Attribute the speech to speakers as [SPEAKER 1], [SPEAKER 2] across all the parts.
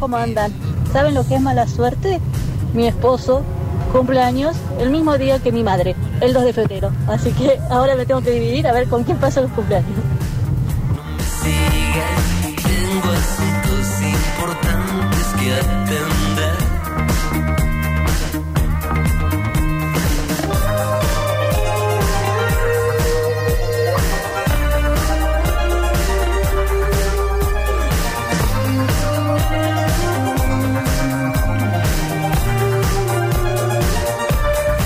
[SPEAKER 1] cómo andan. ¿Saben lo que es mala suerte? Mi esposo cumpleaños el mismo día que mi madre, el 2 de febrero. Así que ahora me tengo que dividir a ver con quién paso los cumpleaños.
[SPEAKER 2] Tengo asuntos importantes que atender.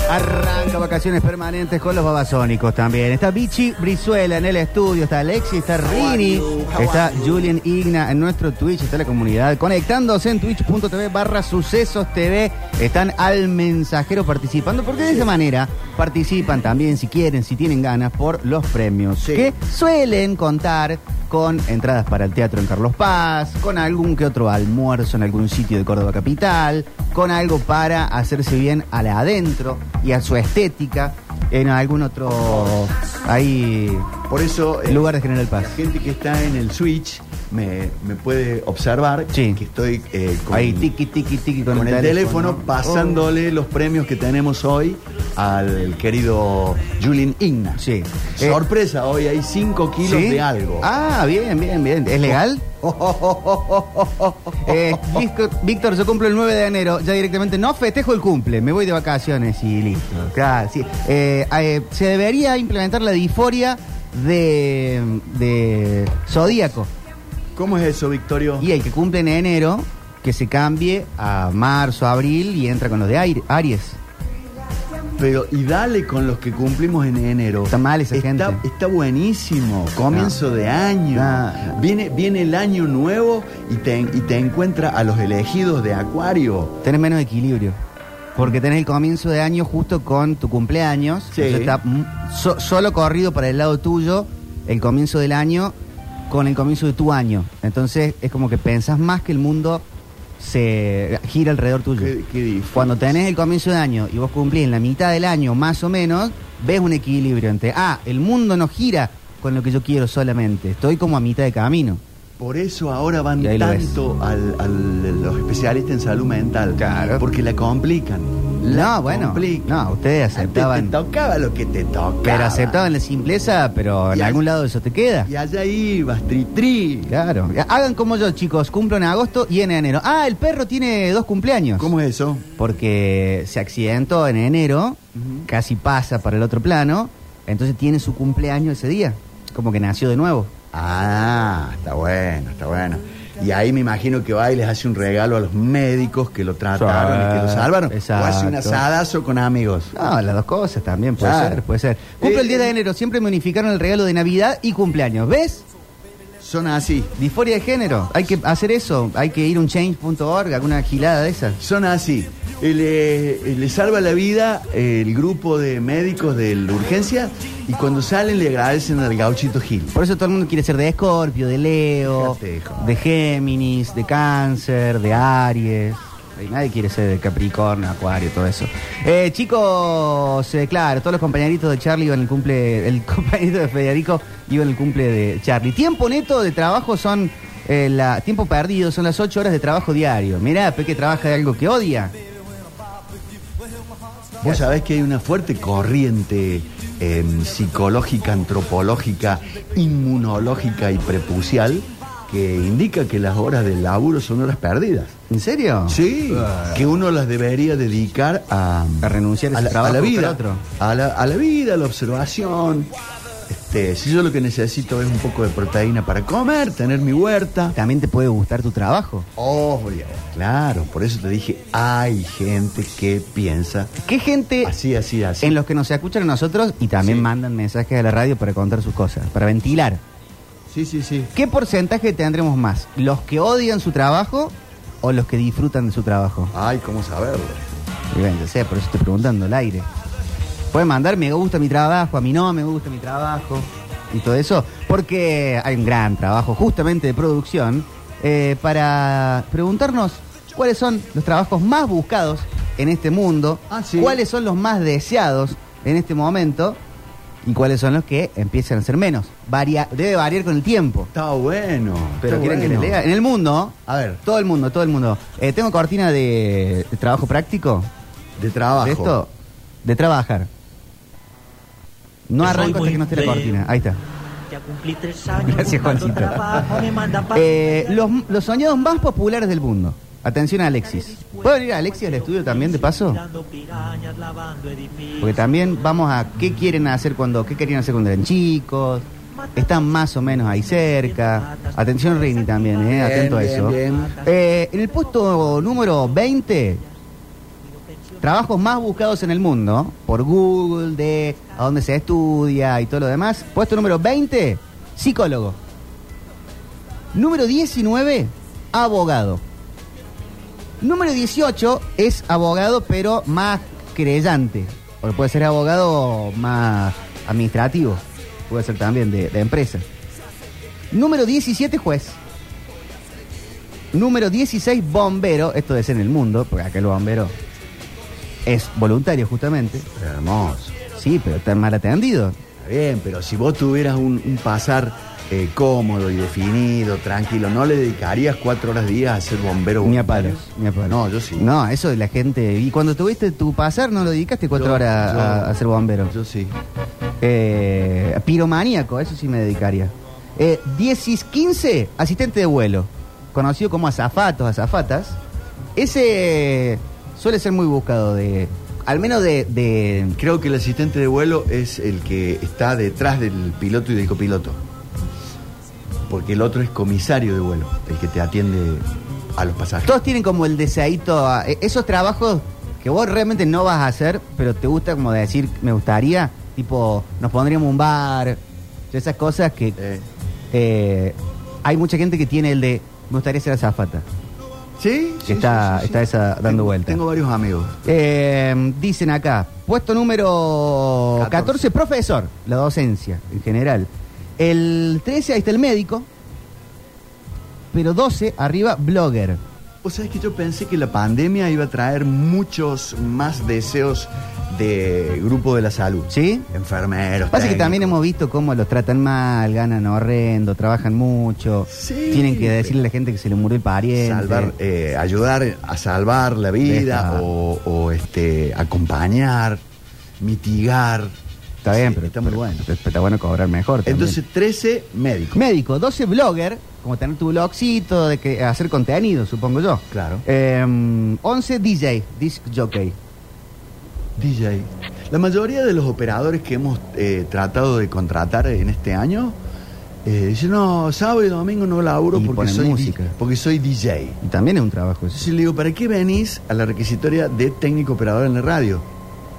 [SPEAKER 3] Arranca vacaciones permanentes con los babasónicos también. Está Vichy Brizuela en el estudio, está Alexi, está Rini, está Julian Igna en nuestro Twitch, está la comunidad conectándose en twitch.tv barra sucesos TV. Están al mensajero participando, porque de esa manera participan también, si quieren, si tienen ganas, por los premios
[SPEAKER 4] Sí.
[SPEAKER 3] que suelen contar con entradas para el teatro en Carlos Paz, con algún que otro almuerzo en algún sitio de Córdoba Capital, con algo para hacerse bien a la adentro y a su estética en algún otro ahí
[SPEAKER 4] Por eso, eh,
[SPEAKER 3] lugar de General
[SPEAKER 4] la
[SPEAKER 3] Paz.
[SPEAKER 4] gente que está en el Switch me, me puede observar
[SPEAKER 3] Sí.
[SPEAKER 4] que estoy eh, con,
[SPEAKER 3] Ahí tiki tiki tiki con, Oh.
[SPEAKER 4] con el teléfono,
[SPEAKER 3] ¿no?
[SPEAKER 4] pasándole los premios que tenemos hoy al querido Julien Igna.
[SPEAKER 3] Oh, sí. Eh,
[SPEAKER 4] Sorpresa, hoy hay 5 kilos
[SPEAKER 3] ¿sí?
[SPEAKER 4] de algo.
[SPEAKER 3] Ah, bien, bien, bien. ¿Es legal? Eh, Víctor- Víctor, yo cumplo el 9 de enero, ya directamente no festejo el cumple, me voy de vacaciones y listo. Claro, sí. Eh, eh, se debería implementar la disforia de, de Zodíaco.
[SPEAKER 4] ¿Cómo es eso, Victorio?
[SPEAKER 3] Y el que cumple en enero, que se cambie a marzo, abril y entra con los de Aire- Aries.
[SPEAKER 4] Pero, y dale con los que cumplimos en enero.
[SPEAKER 3] Está mal esa
[SPEAKER 4] Está-
[SPEAKER 3] gente. Ah.
[SPEAKER 4] Está buenísimo. Comienzo de año.
[SPEAKER 3] No.
[SPEAKER 4] Viene, viene el año nuevo y te, y te encuentra a los elegidos de Acuario.
[SPEAKER 3] Tenés menos equilibrio. Porque tenés el comienzo de año justo con tu cumpleaños.
[SPEAKER 4] Sí.
[SPEAKER 3] Entonces está mm, so- solo corrido para el lado tuyo el comienzo del año con el comienzo de tu año. Entonces es como que pensás más que el mundo se gira alrededor tuyo.
[SPEAKER 4] Qué- qué difícil.
[SPEAKER 3] Cuando tenés el comienzo de año y vos cumplís en la mitad del año más o menos, ves un equilibrio entre, ah, el mundo no gira con lo que yo quiero solamente. Estoy como a mitad de camino.
[SPEAKER 4] Por eso ahora van
[SPEAKER 3] Y ahí lo ves.
[SPEAKER 4] tanto al, al- los especialistas en salud mental.
[SPEAKER 3] Claro.
[SPEAKER 4] Porque la complican. La
[SPEAKER 3] no, bueno.
[SPEAKER 4] complican.
[SPEAKER 3] No, ustedes
[SPEAKER 4] Antes
[SPEAKER 3] aceptaban.
[SPEAKER 4] te tocaba lo que te tocaba.
[SPEAKER 3] Pero aceptaban la simpleza, pero
[SPEAKER 4] Y
[SPEAKER 3] en
[SPEAKER 4] al-
[SPEAKER 3] algún lado eso te queda.
[SPEAKER 4] Y allá ibas, tri tri.
[SPEAKER 3] Claro. Hagan como yo, chicos. Cumplo en agosto y en enero. Ah, el perro tiene dos cumpleaños.
[SPEAKER 4] ¿Cómo es eso?
[SPEAKER 3] Porque se accidentó en enero, casi pasa para el otro plano, entonces tiene su cumpleaños ese día. Como que nació de nuevo.
[SPEAKER 4] Ah, está bueno, está bueno. Y ahí me imagino que va y les hace un regalo a los médicos que lo trataron y que lo salvaron.
[SPEAKER 3] Exacto.
[SPEAKER 4] O hace un asadazo con amigos.
[SPEAKER 3] No, las dos cosas también, puede
[SPEAKER 4] Claro.
[SPEAKER 3] ser, puede ser. Cumplo
[SPEAKER 4] Eh,
[SPEAKER 3] el 10 de
[SPEAKER 4] eh.
[SPEAKER 3] enero, siempre me unificaron el regalo de Navidad y cumpleaños. ¿Ves?
[SPEAKER 4] Son así,
[SPEAKER 3] Disforia de género. Hay que hacer eso. Hay que ir a un change.org, alguna gilada de esas.
[SPEAKER 4] son así. Eh, Le, le salva la vida eh, el grupo de médicos de la urgencia y cuando salen le agradecen al gauchito Gil.
[SPEAKER 3] Por eso todo el mundo quiere ser de Escorpio, de Leo,
[SPEAKER 4] Fíjate, hijo.
[SPEAKER 3] de Géminis, de Cáncer, de Aries. Ay, Nadie quiere ser de Capricornio, Acuario, todo eso. Eh, chicos, eh, claro, todos los compañeritos de Charlie iban el cumple, el compañerito de Federico iban el cumple de Charlie. Tiempo neto de trabajo son, eh, la, tiempo perdido, son las 8 horas de trabajo diario. Mirá, Peque trabaja de algo que odia.
[SPEAKER 4] Vos sabés que hay una fuerte corriente em, psicológica, antropológica, inmunológica y prepucial que indica que las horas del laburo son horas perdidas.
[SPEAKER 3] ¿En serio?
[SPEAKER 4] Sí, que uno las debería dedicar a...
[SPEAKER 3] A renunciar a ese
[SPEAKER 4] la,
[SPEAKER 3] trabajo,
[SPEAKER 4] la
[SPEAKER 3] buscar
[SPEAKER 4] vida,
[SPEAKER 3] otro.
[SPEAKER 4] A, la, a la vida, a la observación. Este, si yo lo que necesito es un poco de proteína para comer, tener mi huerta.
[SPEAKER 3] También te puede gustar tu trabajo.
[SPEAKER 4] Obvio, claro, por eso te dije, hay gente que piensa
[SPEAKER 3] ¿Qué gente
[SPEAKER 4] así, así, así.
[SPEAKER 3] Eh, en los que nos escuchan a nosotros y también
[SPEAKER 4] Sí.
[SPEAKER 3] mandan mensajes a la radio para contar sus cosas, para ventilar.
[SPEAKER 4] Sí, sí, sí.
[SPEAKER 3] ¿Qué porcentaje tendremos más? ¿Los que odian su trabajo o los que disfrutan de su trabajo?
[SPEAKER 4] Ay, ¿cómo saberlo?
[SPEAKER 3] Y bueno, ya sé, por eso estoy preguntando al aire. Pueden mandar, me gusta mi trabajo, a mí no me gusta mi trabajo y todo eso, porque hay un gran trabajo justamente de producción eh, para preguntarnos cuáles son los trabajos más buscados en este mundo,
[SPEAKER 4] Ah, sí.
[SPEAKER 3] cuáles son los más deseados en este momento y cuáles son los que empiezan a ser menos. Varia- debe variar con el tiempo.
[SPEAKER 4] Está bueno.
[SPEAKER 3] Pero
[SPEAKER 4] está
[SPEAKER 3] quieren que
[SPEAKER 4] bueno.
[SPEAKER 3] les lea. eh. En el mundo,
[SPEAKER 4] A ver,
[SPEAKER 3] todo el mundo, todo el mundo. Eh, tengo cortina de trabajo práctico.
[SPEAKER 4] de trabajo.
[SPEAKER 3] De esto, de trabajar. No
[SPEAKER 5] Soy
[SPEAKER 3] arranco hasta
[SPEAKER 5] muy
[SPEAKER 3] que no esté la
[SPEAKER 5] de-
[SPEAKER 3] cortina. Ahí está.
[SPEAKER 5] Ya cumplí tres años.
[SPEAKER 3] Gracias,
[SPEAKER 5] buscando
[SPEAKER 3] Juancito.
[SPEAKER 5] trabajo, me mandan pa-
[SPEAKER 3] Eh, los, los soñados más populares del mundo. Atención a Alexis. ¿Puede venir Alexis al estudio también, de paso?
[SPEAKER 5] Tirando pirañas, lavando edificios.
[SPEAKER 3] Porque también vamos a qué quieren hacer cuando, qué querían hacer cuando eran chicos. Están más o menos ahí cerca. Atención, Rini, también, ¿eh? Atento a
[SPEAKER 4] Bien,
[SPEAKER 3] eso.
[SPEAKER 4] bien, bien.
[SPEAKER 3] Eh, en el puesto número 20, trabajos más buscados en el mundo, por Google, de a dónde se estudia y todo lo demás. Puesto número 20, psicólogo. Número 19, abogado. Número 18 es abogado, pero más creyente. O puede ser abogado más administrativo. Puede ser también de, de empresa. Número 17, juez. Número 16, bombero. Esto es en el mundo, porque aquel bombero es voluntario justamente.
[SPEAKER 4] Hermoso.
[SPEAKER 3] Sí, pero está mal atendido.
[SPEAKER 4] Está bien, pero si vos tuvieras un, un pasar eh, cómodo y definido, tranquilo, ¿no le dedicarías cuatro horas días a ser bombero?
[SPEAKER 3] Ni a palos, ni a palos.
[SPEAKER 4] No, yo sí.
[SPEAKER 3] No, eso de la gente. Y cuando tuviste tu pasar, no lo dedicaste cuatro
[SPEAKER 4] Yo-
[SPEAKER 3] horas a,
[SPEAKER 4] yo-
[SPEAKER 3] a ser bombero.
[SPEAKER 4] Yo sí.
[SPEAKER 3] Eh, piromaníaco, eso sí me dedicaría. Eh, 10 y 15, asistente de vuelo, conocido como azafatos, azafatas. Ese suele ser muy buscado de. Al menos de. de-
[SPEAKER 4] Creo que el asistente de vuelo es el que está detrás del piloto y del copiloto. Porque el otro es comisario de vuelo, el que te atiende a los pasajeros.
[SPEAKER 3] todos tienen como el deseadito. a- e- esos trabajos que vos realmente no vas a hacer, pero te gusta como decir, me gustaría. Tipo, nos pondríamos un bar. Esas cosas que.
[SPEAKER 4] Eh,
[SPEAKER 3] eh, hay mucha gente que tiene el de. Me gustaría ser azafata.
[SPEAKER 4] ¿Sí? sí,
[SPEAKER 3] está- está esa dando
[SPEAKER 4] Tengo-
[SPEAKER 3] vuelta.
[SPEAKER 4] Tengo varios amigos.
[SPEAKER 3] Eh, dicen acá, puesto número 14.
[SPEAKER 4] 14,
[SPEAKER 3] profesor, la docencia en general. El 13, ahí está el médico. Pero 12, arriba, blogger.
[SPEAKER 4] O sea, Pues es que yo pensé que la pandemia iba a traer muchos más deseos de grupo de la salud.
[SPEAKER 3] ¿Sí?
[SPEAKER 4] Enfermeros.
[SPEAKER 3] Pasa que también hemos
[SPEAKER 4] técnicos.
[SPEAKER 3] visto cómo los tratan mal, ganan horrendo, trabajan mucho.
[SPEAKER 4] Sí.
[SPEAKER 3] Tienen que decirle a la gente que se le murió el pariente.
[SPEAKER 4] Salvar, eh, ayudar a salvar la vida
[SPEAKER 3] Deja.
[SPEAKER 4] o, o, este, acompañar, mitigar.
[SPEAKER 3] Está bien,
[SPEAKER 4] Sí,
[SPEAKER 3] pero
[SPEAKER 4] está muy
[SPEAKER 3] pero-
[SPEAKER 4] bueno.
[SPEAKER 3] pero Está bueno cobrar mejor. también.
[SPEAKER 4] Entonces, 13 médicos.
[SPEAKER 3] Médico, 12 blogger, como tener tu blogcito, de que hacer contenido, supongo yo.
[SPEAKER 4] Claro.
[SPEAKER 3] Eh, 11 DJ, disc jockey.
[SPEAKER 4] DJ. La mayoría de los operadores que hemos eh, tratado de contratar en este año eh, dicen, no, sábado y domingo no laburo
[SPEAKER 3] Y
[SPEAKER 4] porque
[SPEAKER 3] ponen
[SPEAKER 4] soy, di-
[SPEAKER 3] música.
[SPEAKER 4] porque soy DJ.
[SPEAKER 3] Y también es un trabajo eso.
[SPEAKER 4] Entonces le digo, ¿para qué venís a la requisitoria de técnico operador en la radio?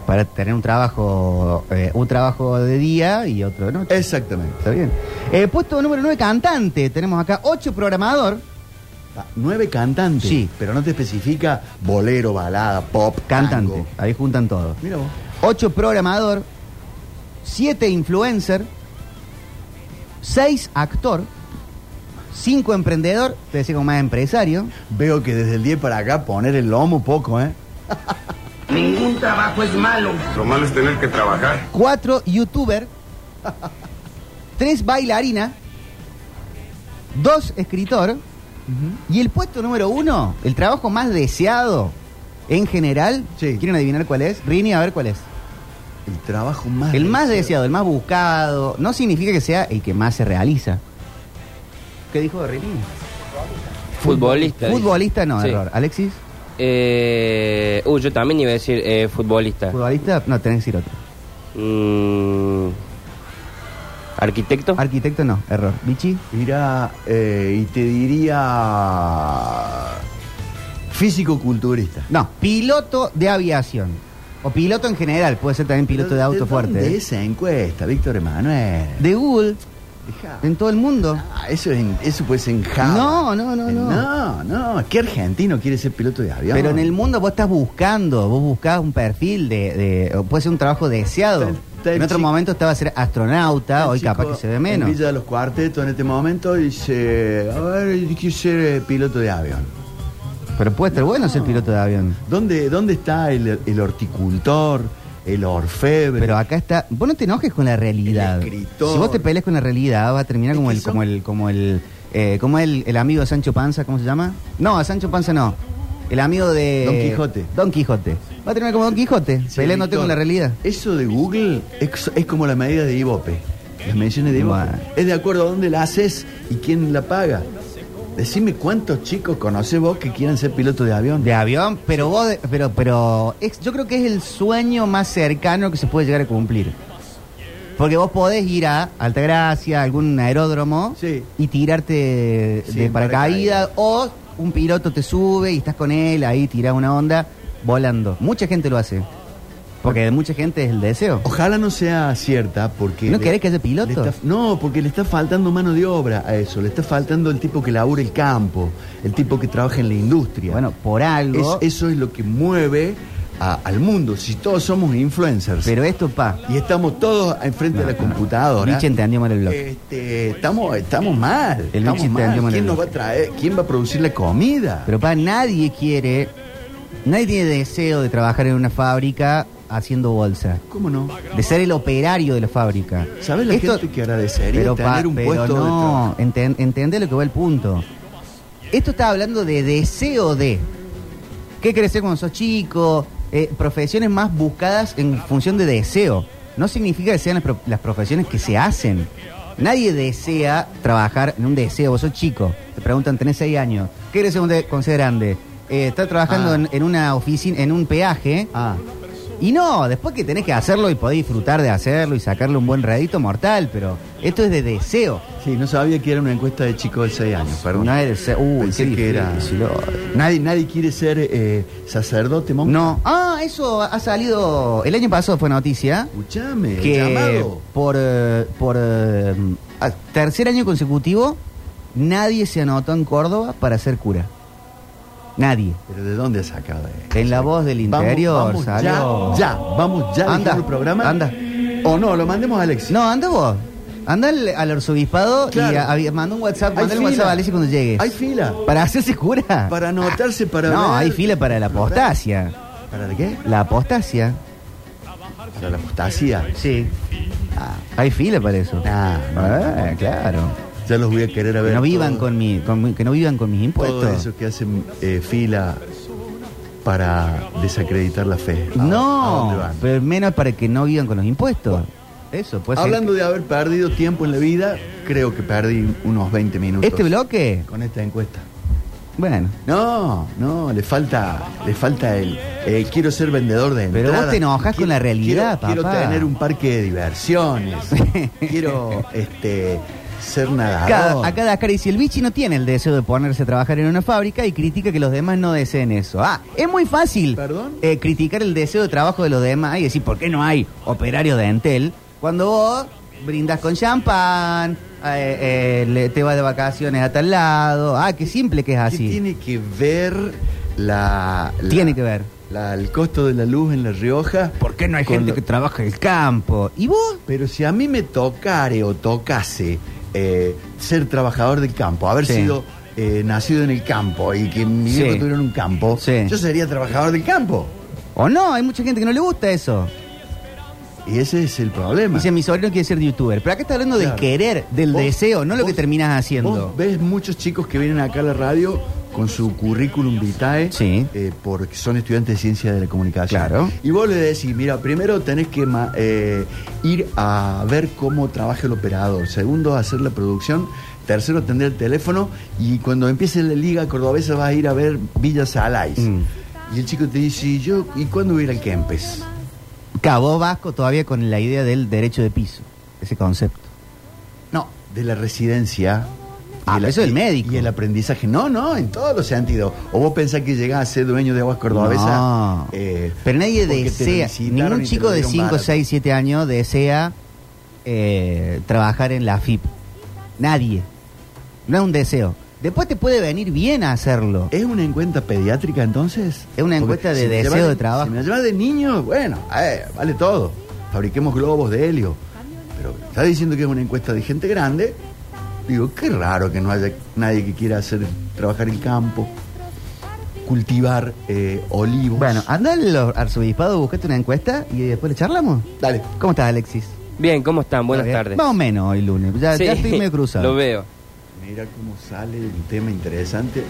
[SPEAKER 3] Para tener un trabajo, eh, un trabajo de día y otro de noche.
[SPEAKER 4] Exactamente.
[SPEAKER 3] Está bien. Eh, puesto número 9, cantante. Tenemos acá 8 programador.
[SPEAKER 4] Ah, Nueve cantantes.
[SPEAKER 3] Sí.
[SPEAKER 4] Pero no te especifica bolero, balada, pop,
[SPEAKER 3] Cantante.
[SPEAKER 4] tango.
[SPEAKER 3] Ahí juntan todo.
[SPEAKER 4] Mira vos.
[SPEAKER 3] 8 programador. 7 influencer. 6 actor. 5 emprendedor. Te decía como más empresario.
[SPEAKER 4] Veo que desde el 10 para acá poner el lomo poco, ¿eh?
[SPEAKER 6] Ningún trabajo es malo.
[SPEAKER 7] Lo malo es tener que trabajar.
[SPEAKER 3] Cuatro youtuber. Tres bailarina. Dos escritor. Y el puesto número uno, el trabajo más deseado en general.
[SPEAKER 4] Sí.
[SPEAKER 3] ¿Quieren adivinar cuál es? Rini, a ver cuál es.
[SPEAKER 4] El trabajo más...
[SPEAKER 3] El más deseado, el más buscado. No significa que sea el que más se realiza. ¿Qué dijo Rini?
[SPEAKER 8] Futbolista. dice.
[SPEAKER 3] Futbolista, no,
[SPEAKER 8] Sí.
[SPEAKER 3] error. Alexis,
[SPEAKER 8] Eh, uh, yo también iba a decir eh, futbolista.
[SPEAKER 3] futbolista, no, tenés que decir otro.
[SPEAKER 8] Mm, Arquitecto.
[SPEAKER 3] Arquitecto, no, error. Bichi,
[SPEAKER 4] Mira, eh, y te diría... Físico-culturista.
[SPEAKER 3] no, piloto de aviación. O piloto en general, puede ser también piloto de auto fuerte.
[SPEAKER 4] De
[SPEAKER 3] ¿eh?
[SPEAKER 4] esa encuesta, Víctor Emanuel.
[SPEAKER 3] de Google
[SPEAKER 4] Dejá.
[SPEAKER 3] en todo el mundo.
[SPEAKER 4] Ah, eso, es en- eso puede ser en Java.
[SPEAKER 3] No, no, no,
[SPEAKER 4] Eh,
[SPEAKER 3] no.
[SPEAKER 4] No, no. ¿Qué argentino quiere ser piloto de avión?
[SPEAKER 3] Pero en el mundo vos estás buscando, vos buscás un perfil de, de- o puede ser un trabajo deseado.
[SPEAKER 4] Está el- está el
[SPEAKER 3] en otro
[SPEAKER 4] chico-
[SPEAKER 3] momento estaba a ser astronauta,
[SPEAKER 4] El
[SPEAKER 3] hoy
[SPEAKER 4] Ah, chico
[SPEAKER 3] capaz que se ve menos.
[SPEAKER 4] En Villa de los Cuartetos, en este momento, dice: A ver, yo quiero ser eh, piloto de avión.
[SPEAKER 3] Pero puede estar bueno ser piloto de avión.
[SPEAKER 4] ¿Dónde, dónde está el, el horticultor, el orfebre.
[SPEAKER 3] Pero acá está. Vos no te enojes con la realidad.
[SPEAKER 4] El escritor.
[SPEAKER 3] Si vos te peleas con la realidad, va a terminar
[SPEAKER 4] Es
[SPEAKER 3] como
[SPEAKER 4] que
[SPEAKER 3] el,
[SPEAKER 4] son-
[SPEAKER 3] como el, como el, eh, como el, el amigo de Sancho Panza, ¿cómo se llama? No, a Sancho Panza no. El amigo de.
[SPEAKER 4] Don Quijote.
[SPEAKER 3] Don Quijote. Va a terminar como Don Quijote,
[SPEAKER 4] Sí,
[SPEAKER 3] peleándote
[SPEAKER 4] Víctor,
[SPEAKER 3] con la realidad.
[SPEAKER 4] Eso de Google es, es como la medida de Ibope. Las mediciones de Ibope.
[SPEAKER 3] Bueno.
[SPEAKER 4] Es de acuerdo a dónde la haces y quién la paga. Decime cuántos chicos conoces vos que quieran ser piloto de avión.
[SPEAKER 3] De avión, pero vos, de- pero, pero es- yo creo que es el sueño más cercano que se puede llegar a cumplir. Porque vos podés ir a Altagracia, a algún aeródromo
[SPEAKER 4] Sí.
[SPEAKER 3] y tirarte de,
[SPEAKER 4] Sí, en
[SPEAKER 3] paracaídas,
[SPEAKER 4] paracaídas.
[SPEAKER 3] o un piloto te sube y estás con él ahí tirás una onda volando. Mucha gente lo hace. Porque de mucha gente es el deseo.
[SPEAKER 4] Ojalá no sea cierta porque...
[SPEAKER 3] ¿No
[SPEAKER 4] Oh, le-
[SPEAKER 3] querés que haya pilotos?
[SPEAKER 4] le está- no, porque le está faltando mano de obra a eso. Le está faltando el tipo que labura el campo, el tipo que trabaja en la industria.
[SPEAKER 3] Bueno, por algo.
[SPEAKER 4] Es- eso es lo que mueve a- al mundo. Si todos somos influencers
[SPEAKER 3] pero esto, pa.
[SPEAKER 4] y estamos todos enfrente de la computadora...
[SPEAKER 3] Nietzsche entendió mal el blog.
[SPEAKER 4] Este, estamos, estamos mal.
[SPEAKER 3] El este
[SPEAKER 4] estamos
[SPEAKER 3] Michi te
[SPEAKER 4] mal.
[SPEAKER 3] dio mal el
[SPEAKER 4] ¿Quién nos va
[SPEAKER 3] ojo.
[SPEAKER 4] a traer? ¿Quién va a producir la comida?
[SPEAKER 3] Pero para nadie quiere, nadie tiene deseo de trabajar en una fábrica haciendo bolsa,
[SPEAKER 4] ¿Cómo no?
[SPEAKER 3] de ser el operario de la fábrica.
[SPEAKER 4] ¿Sabes la
[SPEAKER 3] Esto-
[SPEAKER 4] gente que agradecería
[SPEAKER 3] Pero, pa-
[SPEAKER 4] tener un
[SPEAKER 3] pero
[SPEAKER 4] puesto de
[SPEAKER 3] no,
[SPEAKER 4] trabajo?
[SPEAKER 3] enten- entendé lo que va el punto. Esto está hablando de deseo de. ¿Qué querés ser cuando sos chico? Eh, profesiones más buscadas en función de deseo. No significa que sean las, pro- las profesiones que se hacen. Nadie desea trabajar en un deseo. Vos sos chico. Te preguntan, tenés 6 años. ¿Qué querés ser cuando te- cuando seas grande? Eh, estás trabajando
[SPEAKER 4] Ah.
[SPEAKER 3] en, en una oficina, en un peaje.
[SPEAKER 4] Ah,
[SPEAKER 3] Y no, después que tenés que hacerlo y podés disfrutar de hacerlo y sacarle un buen rédito mortal, pero esto es de deseo.
[SPEAKER 4] sí, no sabía que era una encuesta de chicos de 6 años, perdón.
[SPEAKER 3] No es deseo. Uy,
[SPEAKER 4] Pensé
[SPEAKER 3] qué
[SPEAKER 4] que era.
[SPEAKER 3] difícil, oh.
[SPEAKER 4] Nadie, nadie quiere ser eh, sacerdote, monje.
[SPEAKER 3] No. Ah, eso ha salido. El año pasado fue noticia.
[SPEAKER 4] Escuchame,
[SPEAKER 3] Que
[SPEAKER 4] Eh, llamado.
[SPEAKER 3] por, eh, por eh, a- tercer año consecutivo, nadie se anotó en Córdoba para ser cura. Nadie.
[SPEAKER 4] ¿Pero de dónde ha sacado eso?
[SPEAKER 3] En la voz del interior
[SPEAKER 4] vamos, vamos
[SPEAKER 3] salió.
[SPEAKER 4] ya, ya, vamos ya.
[SPEAKER 3] Anda,
[SPEAKER 4] dejemos el programa.
[SPEAKER 3] anda.
[SPEAKER 4] O no, lo mandemos a Alexis.
[SPEAKER 3] No, anda vos. Anda al, al arzobispado y
[SPEAKER 4] Claro.
[SPEAKER 3] a- a- manda un WhatsApp,
[SPEAKER 4] Hay
[SPEAKER 3] manda un
[SPEAKER 4] fila.
[SPEAKER 3] WhatsApp a Alessi cuando llegues.
[SPEAKER 4] Hay fila.
[SPEAKER 3] Para hacerse cura.
[SPEAKER 4] Para anotarse, para
[SPEAKER 3] no,
[SPEAKER 4] ver.
[SPEAKER 3] hay fila para la apostasia.
[SPEAKER 4] ¿Para la qué?
[SPEAKER 3] La apostasia.
[SPEAKER 4] ¿Para la apostasía?
[SPEAKER 3] Sí. Ah, Hay fila para eso.
[SPEAKER 4] Nah, no.
[SPEAKER 3] Ah, claro.
[SPEAKER 4] Ya los voy a querer a ver.
[SPEAKER 3] Que no vivan
[SPEAKER 4] todo-
[SPEAKER 3] con mi, con mi- que no vivan con mis
[SPEAKER 4] todo
[SPEAKER 3] impuestos.
[SPEAKER 4] eso que hacen eh, fila para desacreditar la fe. ¿A- Ah, a
[SPEAKER 3] No,
[SPEAKER 4] dónde van?
[SPEAKER 3] pero menos para que no vivan con los impuestos. Eso, pues.
[SPEAKER 4] Hablando de haber perdido tiempo en la vida, creo que perdí unos 20 minutos.
[SPEAKER 3] este bloque,
[SPEAKER 4] Con esta encuesta.
[SPEAKER 3] bueno,
[SPEAKER 4] No, no, le falta, le falta el eh, quiero ser vendedor de
[SPEAKER 3] Pero vos
[SPEAKER 4] entradas.
[SPEAKER 3] te enojás
[SPEAKER 4] Qui-
[SPEAKER 3] con la realidad,
[SPEAKER 4] quiero,
[SPEAKER 3] papá.
[SPEAKER 4] Quiero tener un parque de diversiones. quiero este ser nadador.
[SPEAKER 3] cada, acá Dakar dice, el bichi no tiene el deseo de ponerse a trabajar en una fábrica y critica que los demás no deseen eso. Ah, es muy fácil
[SPEAKER 4] ¿Perdón?
[SPEAKER 3] eh, criticar el deseo de trabajo de los demás y decir, ¿por qué no hay operarios de Entel? Cuando vos brindas con champán, eh, eh, le- te vas de vacaciones a tal lado. Ah, qué simple que es
[SPEAKER 4] ¿Qué
[SPEAKER 3] así.
[SPEAKER 4] tiene que ver la, la-
[SPEAKER 3] Tiene que ver.
[SPEAKER 4] la- el costo de la luz en La Rioja?
[SPEAKER 3] ¿Por qué no hay
[SPEAKER 4] con
[SPEAKER 3] gente
[SPEAKER 4] lo-
[SPEAKER 3] que trabaja en el campo? ¿Y vos?
[SPEAKER 4] Pero si a mí me tocare o tocase eh, ser trabajador del campo, haber
[SPEAKER 3] Sí.
[SPEAKER 4] sido eh, nacido en el campo y que mi
[SPEAKER 3] Sí.
[SPEAKER 4] hijo tuviera un campo,
[SPEAKER 3] Sí.
[SPEAKER 4] yo sería trabajador del campo.
[SPEAKER 3] ¿O no? Hay mucha gente que no le gusta eso.
[SPEAKER 4] Y ese es el problema.
[SPEAKER 3] Dice, mi sobrino quiere ser youtuber. Pero acá está hablando del
[SPEAKER 4] Claro.
[SPEAKER 3] querer, del
[SPEAKER 4] Vos-
[SPEAKER 3] deseo, no lo que
[SPEAKER 4] vos-
[SPEAKER 3] terminas haciendo.
[SPEAKER 4] Vos ves muchos chicos que vienen acá a la radio con su currículum vitae,
[SPEAKER 3] Sí.
[SPEAKER 4] eh, porque son estudiantes de ciencia de la comunicación.
[SPEAKER 3] Claro.
[SPEAKER 4] Y vos le decís, mira, primero tenés que ma- eh, ir a ver cómo trabaja el operador, segundo hacer la producción, tercero atender el teléfono y cuando empiece la liga cordobesa vas a ir a ver Villa Salais.
[SPEAKER 3] Mm.
[SPEAKER 4] Y el chico te dice, ¿y yo y cuándo voy a ir al Kempes?
[SPEAKER 3] Cabo Vasco todavía con la idea del derecho de piso, ese concepto.
[SPEAKER 4] No, de la residencia.
[SPEAKER 3] Ah,
[SPEAKER 4] y el-
[SPEAKER 3] eso del
[SPEAKER 4] y-
[SPEAKER 3] médico.
[SPEAKER 4] Y el aprendizaje. No, no, en todos los sentidos. O vos pensás que llegás a ser dueño de aguas cordobesas.
[SPEAKER 3] No.
[SPEAKER 4] eh,
[SPEAKER 3] Pero nadie
[SPEAKER 4] porque te
[SPEAKER 3] desea,
[SPEAKER 4] visitaron y
[SPEAKER 3] ningún
[SPEAKER 4] te
[SPEAKER 3] chico
[SPEAKER 4] lo
[SPEAKER 3] de
[SPEAKER 4] dieron
[SPEAKER 3] 5,
[SPEAKER 4] barato.
[SPEAKER 3] 6, 7 años desea eh, trabajar en la FIP. Nadie. No es un deseo. Después te puede venir bien a hacerlo.
[SPEAKER 4] ¿Es una encuesta pediátrica entonces?
[SPEAKER 3] Es una encuesta de
[SPEAKER 4] me
[SPEAKER 3] deseo
[SPEAKER 4] llevas
[SPEAKER 3] de trabajo.
[SPEAKER 4] Si me la llevas de niño, bueno, eh, vale todo. Fabriquemos globos de helio. Pero está diciendo que es una encuesta de gente grande. Digo, qué raro que no haya nadie que quiera hacer trabajar el campo. cultivar eh, olivos.
[SPEAKER 3] Bueno, anda al arzobispado, buscate una encuesta y después le charlamos.
[SPEAKER 4] dale.
[SPEAKER 3] ¿Cómo estás, Alexis?
[SPEAKER 8] Bien, ¿cómo están? Buenas
[SPEAKER 3] ¿Está bien?
[SPEAKER 8] tardes.
[SPEAKER 3] Más o menos hoy lunes. Ya,
[SPEAKER 8] Sí,
[SPEAKER 3] ya estoy medio cruzado.
[SPEAKER 8] Lo veo.
[SPEAKER 4] Mira cómo sale un tema interesante.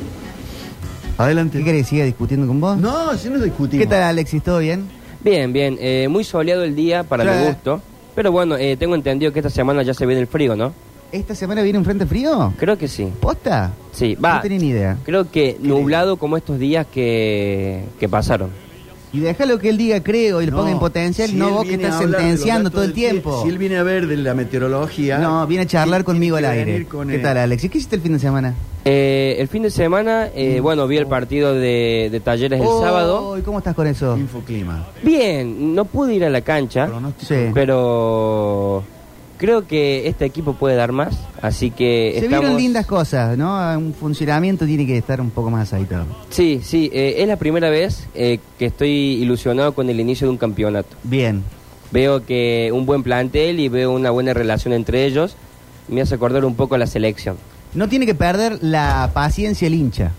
[SPEAKER 4] Adelante.
[SPEAKER 3] ¿Qué querés? ¿Siga discutiendo con vos?
[SPEAKER 4] No, si no discutimos.
[SPEAKER 3] Oh. ¿Qué tal, Alexis? ¿Todo bien?
[SPEAKER 8] Bien, bien. eh, muy soleado el día para
[SPEAKER 3] Sí.
[SPEAKER 8] mi gusto. Pero bueno, eh, tengo entendido que esta semana ya se viene el frío, ¿no?
[SPEAKER 3] ¿Esta semana viene un frente frío?
[SPEAKER 8] Creo que sí.
[SPEAKER 3] ¿Posta?
[SPEAKER 8] Sí, va.
[SPEAKER 3] No tenía ni idea.
[SPEAKER 8] Creo que nublado como estos días que, que pasaron.
[SPEAKER 3] Y déjalo que él diga creo y le
[SPEAKER 4] No,
[SPEAKER 3] ponga en potencial,
[SPEAKER 4] si
[SPEAKER 3] no
[SPEAKER 4] él
[SPEAKER 3] vos que
[SPEAKER 4] viene
[SPEAKER 3] estás
[SPEAKER 4] a hablar de los
[SPEAKER 3] sentenciando
[SPEAKER 4] datos
[SPEAKER 3] todo el
[SPEAKER 4] del pie,
[SPEAKER 3] tiempo.
[SPEAKER 4] Si él viene a ver de la meteorología.
[SPEAKER 3] No, viene a charlar
[SPEAKER 4] tiene-
[SPEAKER 3] conmigo al
[SPEAKER 4] tiene que
[SPEAKER 3] aire.
[SPEAKER 4] venir con
[SPEAKER 3] ¿Qué
[SPEAKER 4] el-
[SPEAKER 3] tal, Alexis? ¿Qué hiciste el fin de semana?
[SPEAKER 8] Eh, el fin de semana, eh, bueno, vi el partido de, de Talleres el
[SPEAKER 3] Mm. Oh,
[SPEAKER 8] sábado.
[SPEAKER 3] ¿Y cómo estás con eso?
[SPEAKER 4] Infoclima.
[SPEAKER 8] Bien, no pude ir a la cancha,
[SPEAKER 4] Pronóstico.
[SPEAKER 3] Sí.
[SPEAKER 8] pero creo que este equipo puede dar más, así que
[SPEAKER 3] Se
[SPEAKER 8] estamos-
[SPEAKER 3] vieron lindas cosas, ¿no? Un funcionamiento tiene que estar un poco más aceitado.
[SPEAKER 8] Sí, sí, eh, es la primera vez eh, que estoy ilusionado con el inicio de un campeonato.
[SPEAKER 3] Bien.
[SPEAKER 8] Veo que un buen plantel y veo una buena relación entre ellos. Me hace acordar un poco a la selección.
[SPEAKER 3] No tiene que perder la paciencia el hincha.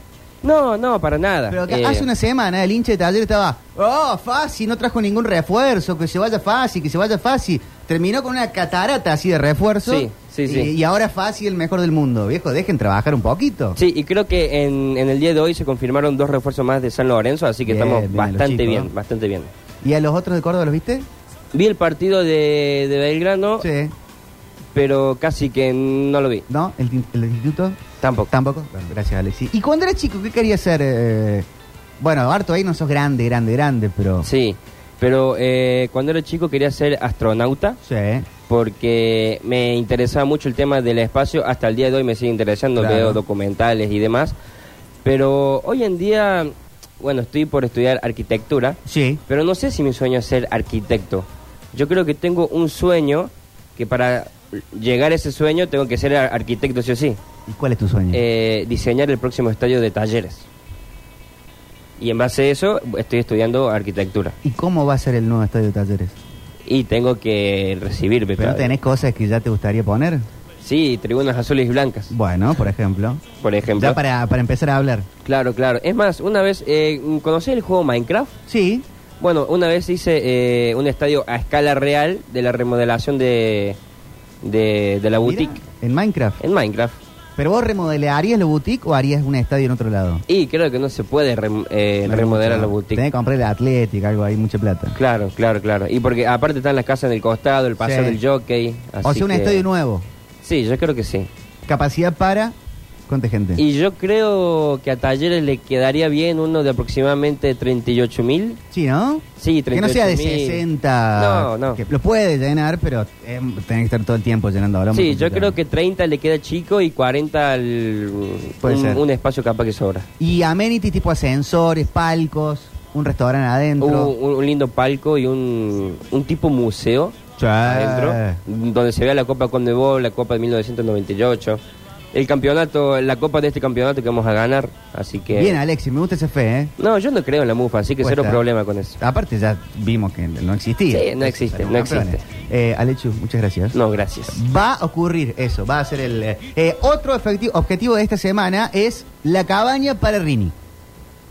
[SPEAKER 8] No, no, para nada.
[SPEAKER 3] Pero que
[SPEAKER 8] Eh,
[SPEAKER 3] hace una semana el hincha de taller estaba, oh, fácil, no trajo ningún refuerzo, que se vaya fácil, que se vaya fácil. Terminó con una catarata así de refuerzo.
[SPEAKER 8] Sí, sí,
[SPEAKER 3] y,
[SPEAKER 8] sí.
[SPEAKER 3] Y ahora fácil el mejor del mundo. Viejo, dejen trabajar un poquito.
[SPEAKER 8] Sí, y creo que en, en el día de hoy se confirmaron dos refuerzos más de San Lorenzo, así que
[SPEAKER 3] Bien,
[SPEAKER 8] estamos
[SPEAKER 3] bien, los
[SPEAKER 8] bastante
[SPEAKER 3] chicos.
[SPEAKER 8] bien, bastante bien.
[SPEAKER 3] ¿Y a los otros de Córdoba los viste?
[SPEAKER 8] Vi el partido de, de Belgrano,
[SPEAKER 3] Sí.
[SPEAKER 8] pero casi que no lo vi.
[SPEAKER 3] ¿No? ¿El, tin- el instituto?
[SPEAKER 8] Tampoco.
[SPEAKER 3] Tampoco. Bueno, gracias, Alexi. ¿Y cuando eras chico, qué querías ser? eh? Bueno, harto ahí no sos grande, grande, grande, pero.
[SPEAKER 8] Sí, pero eh, cuando era chico quería ser astronauta
[SPEAKER 3] Sí.
[SPEAKER 8] porque me interesaba mucho el tema del espacio, hasta el día de hoy me sigue interesando,
[SPEAKER 3] Claro.
[SPEAKER 8] veo documentales y demás, pero hoy en día, bueno, estoy por estudiar arquitectura,
[SPEAKER 3] Sí.
[SPEAKER 8] Pero no sé si mi sueño es ser arquitecto. Yo creo que tengo un sueño que para llegar a ese sueño tengo que ser ar- arquitecto, sí o sí.
[SPEAKER 3] ¿Y cuál es tu sueño?
[SPEAKER 8] Eh, diseñar el próximo estadio de talleres. Y en base a eso estoy estudiando arquitectura.
[SPEAKER 3] ¿Y cómo va a ser el nuevo estadio de talleres?
[SPEAKER 8] Y tengo que recibirme.
[SPEAKER 3] Pero
[SPEAKER 8] todavía.
[SPEAKER 3] tenés cosas que ya te gustaría poner.
[SPEAKER 8] Sí, tribunas azules y blancas,
[SPEAKER 3] Bueno, por ejemplo.
[SPEAKER 8] por ejemplo.
[SPEAKER 3] Ya para, para empezar a hablar.
[SPEAKER 8] Claro, claro. Es más, una vez, eh, ¿conocí el juego Minecraft?
[SPEAKER 3] Sí.
[SPEAKER 8] Bueno, una vez hice eh, un estadio a escala real de la remodelación de, de, de
[SPEAKER 3] Mira,
[SPEAKER 8] la boutique.
[SPEAKER 3] en Minecraft.
[SPEAKER 8] En Minecraft.
[SPEAKER 3] ¿Pero vos remodelarías la boutique o harías un estadio en otro lado?
[SPEAKER 8] Y creo que no se puede rem- eh, remodelar la boutique.
[SPEAKER 3] Tenés que comprar la Atlética, algo ahí, mucha plata.
[SPEAKER 8] Claro, claro, claro. Y porque aparte están las casas del costado, el paseo
[SPEAKER 3] Sí.
[SPEAKER 8] del jockey.
[SPEAKER 3] o
[SPEAKER 8] así
[SPEAKER 3] sea, un
[SPEAKER 8] que-
[SPEAKER 3] estadio nuevo.
[SPEAKER 8] Sí, yo creo que sí.
[SPEAKER 3] Capacidad para. ¿Cuánta gente?
[SPEAKER 8] Y yo creo que a Talleres le quedaría bien uno de aproximadamente 38 mil.
[SPEAKER 3] Sí, ¿no?
[SPEAKER 8] Sí,
[SPEAKER 3] Que no sea de
[SPEAKER 8] 38.000.
[SPEAKER 3] 60.
[SPEAKER 8] No, no.
[SPEAKER 3] Que lo puede llenar, pero eh, tenés que estar todo el tiempo llenando ahora.
[SPEAKER 8] Sí, yo creo que 30 le queda chico y 40 al-
[SPEAKER 3] Puede
[SPEAKER 8] un,
[SPEAKER 3] ser.
[SPEAKER 8] un espacio capaz que sobra.
[SPEAKER 3] Y amenities tipo ascensores, palcos, un restaurante
[SPEAKER 8] Un,
[SPEAKER 3] adentro.
[SPEAKER 8] un lindo palco y un, un tipo museo
[SPEAKER 3] Sí. Ah.
[SPEAKER 8] adentro, donde se vea la Copa Condebol, la Copa de 1998, el campeonato, la Copa de este campeonato que vamos a ganar, así que...
[SPEAKER 3] Bien, Pues Alexis, me gusta esa fe, ¿eh?
[SPEAKER 8] no, yo no creo en la mufa, así que
[SPEAKER 3] Cuesta.
[SPEAKER 8] cero problema con eso.
[SPEAKER 3] Aparte ya vimos que no existía.
[SPEAKER 8] Sí, no existe,
[SPEAKER 3] Pero
[SPEAKER 8] no
[SPEAKER 3] campeones. Eh, Alechu, muchas gracias.
[SPEAKER 8] No, gracias.
[SPEAKER 3] Va a ocurrir eso, va a ser el... eh, eh, otro efecti- objetivo de esta semana es la cabaña para Rini.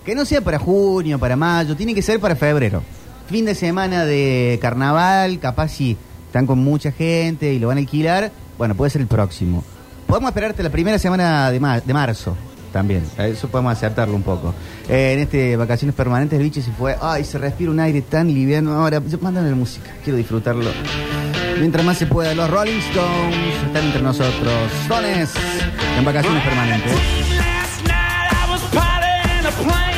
[SPEAKER 3] Que no sea para junio, para mayo, tiene que ser para febrero. Fin de semana de carnaval, capaz si están con mucha gente y lo van a alquilar, bueno, puede ser el próximo. Podemos esperarte la primera semana de, ma- de marzo también, a eso podemos acertarlo un poco. Eh, en este vacaciones permanentes el bicho se fue, ay, se respira un aire tan liviano ahora, Yo- mándame la música, quiero disfrutarlo. Mientras más se pueda, los Rolling Stones están entre nosotros. Sones en vacaciones permanentes.
[SPEAKER 2] Last night I was piloting a plane.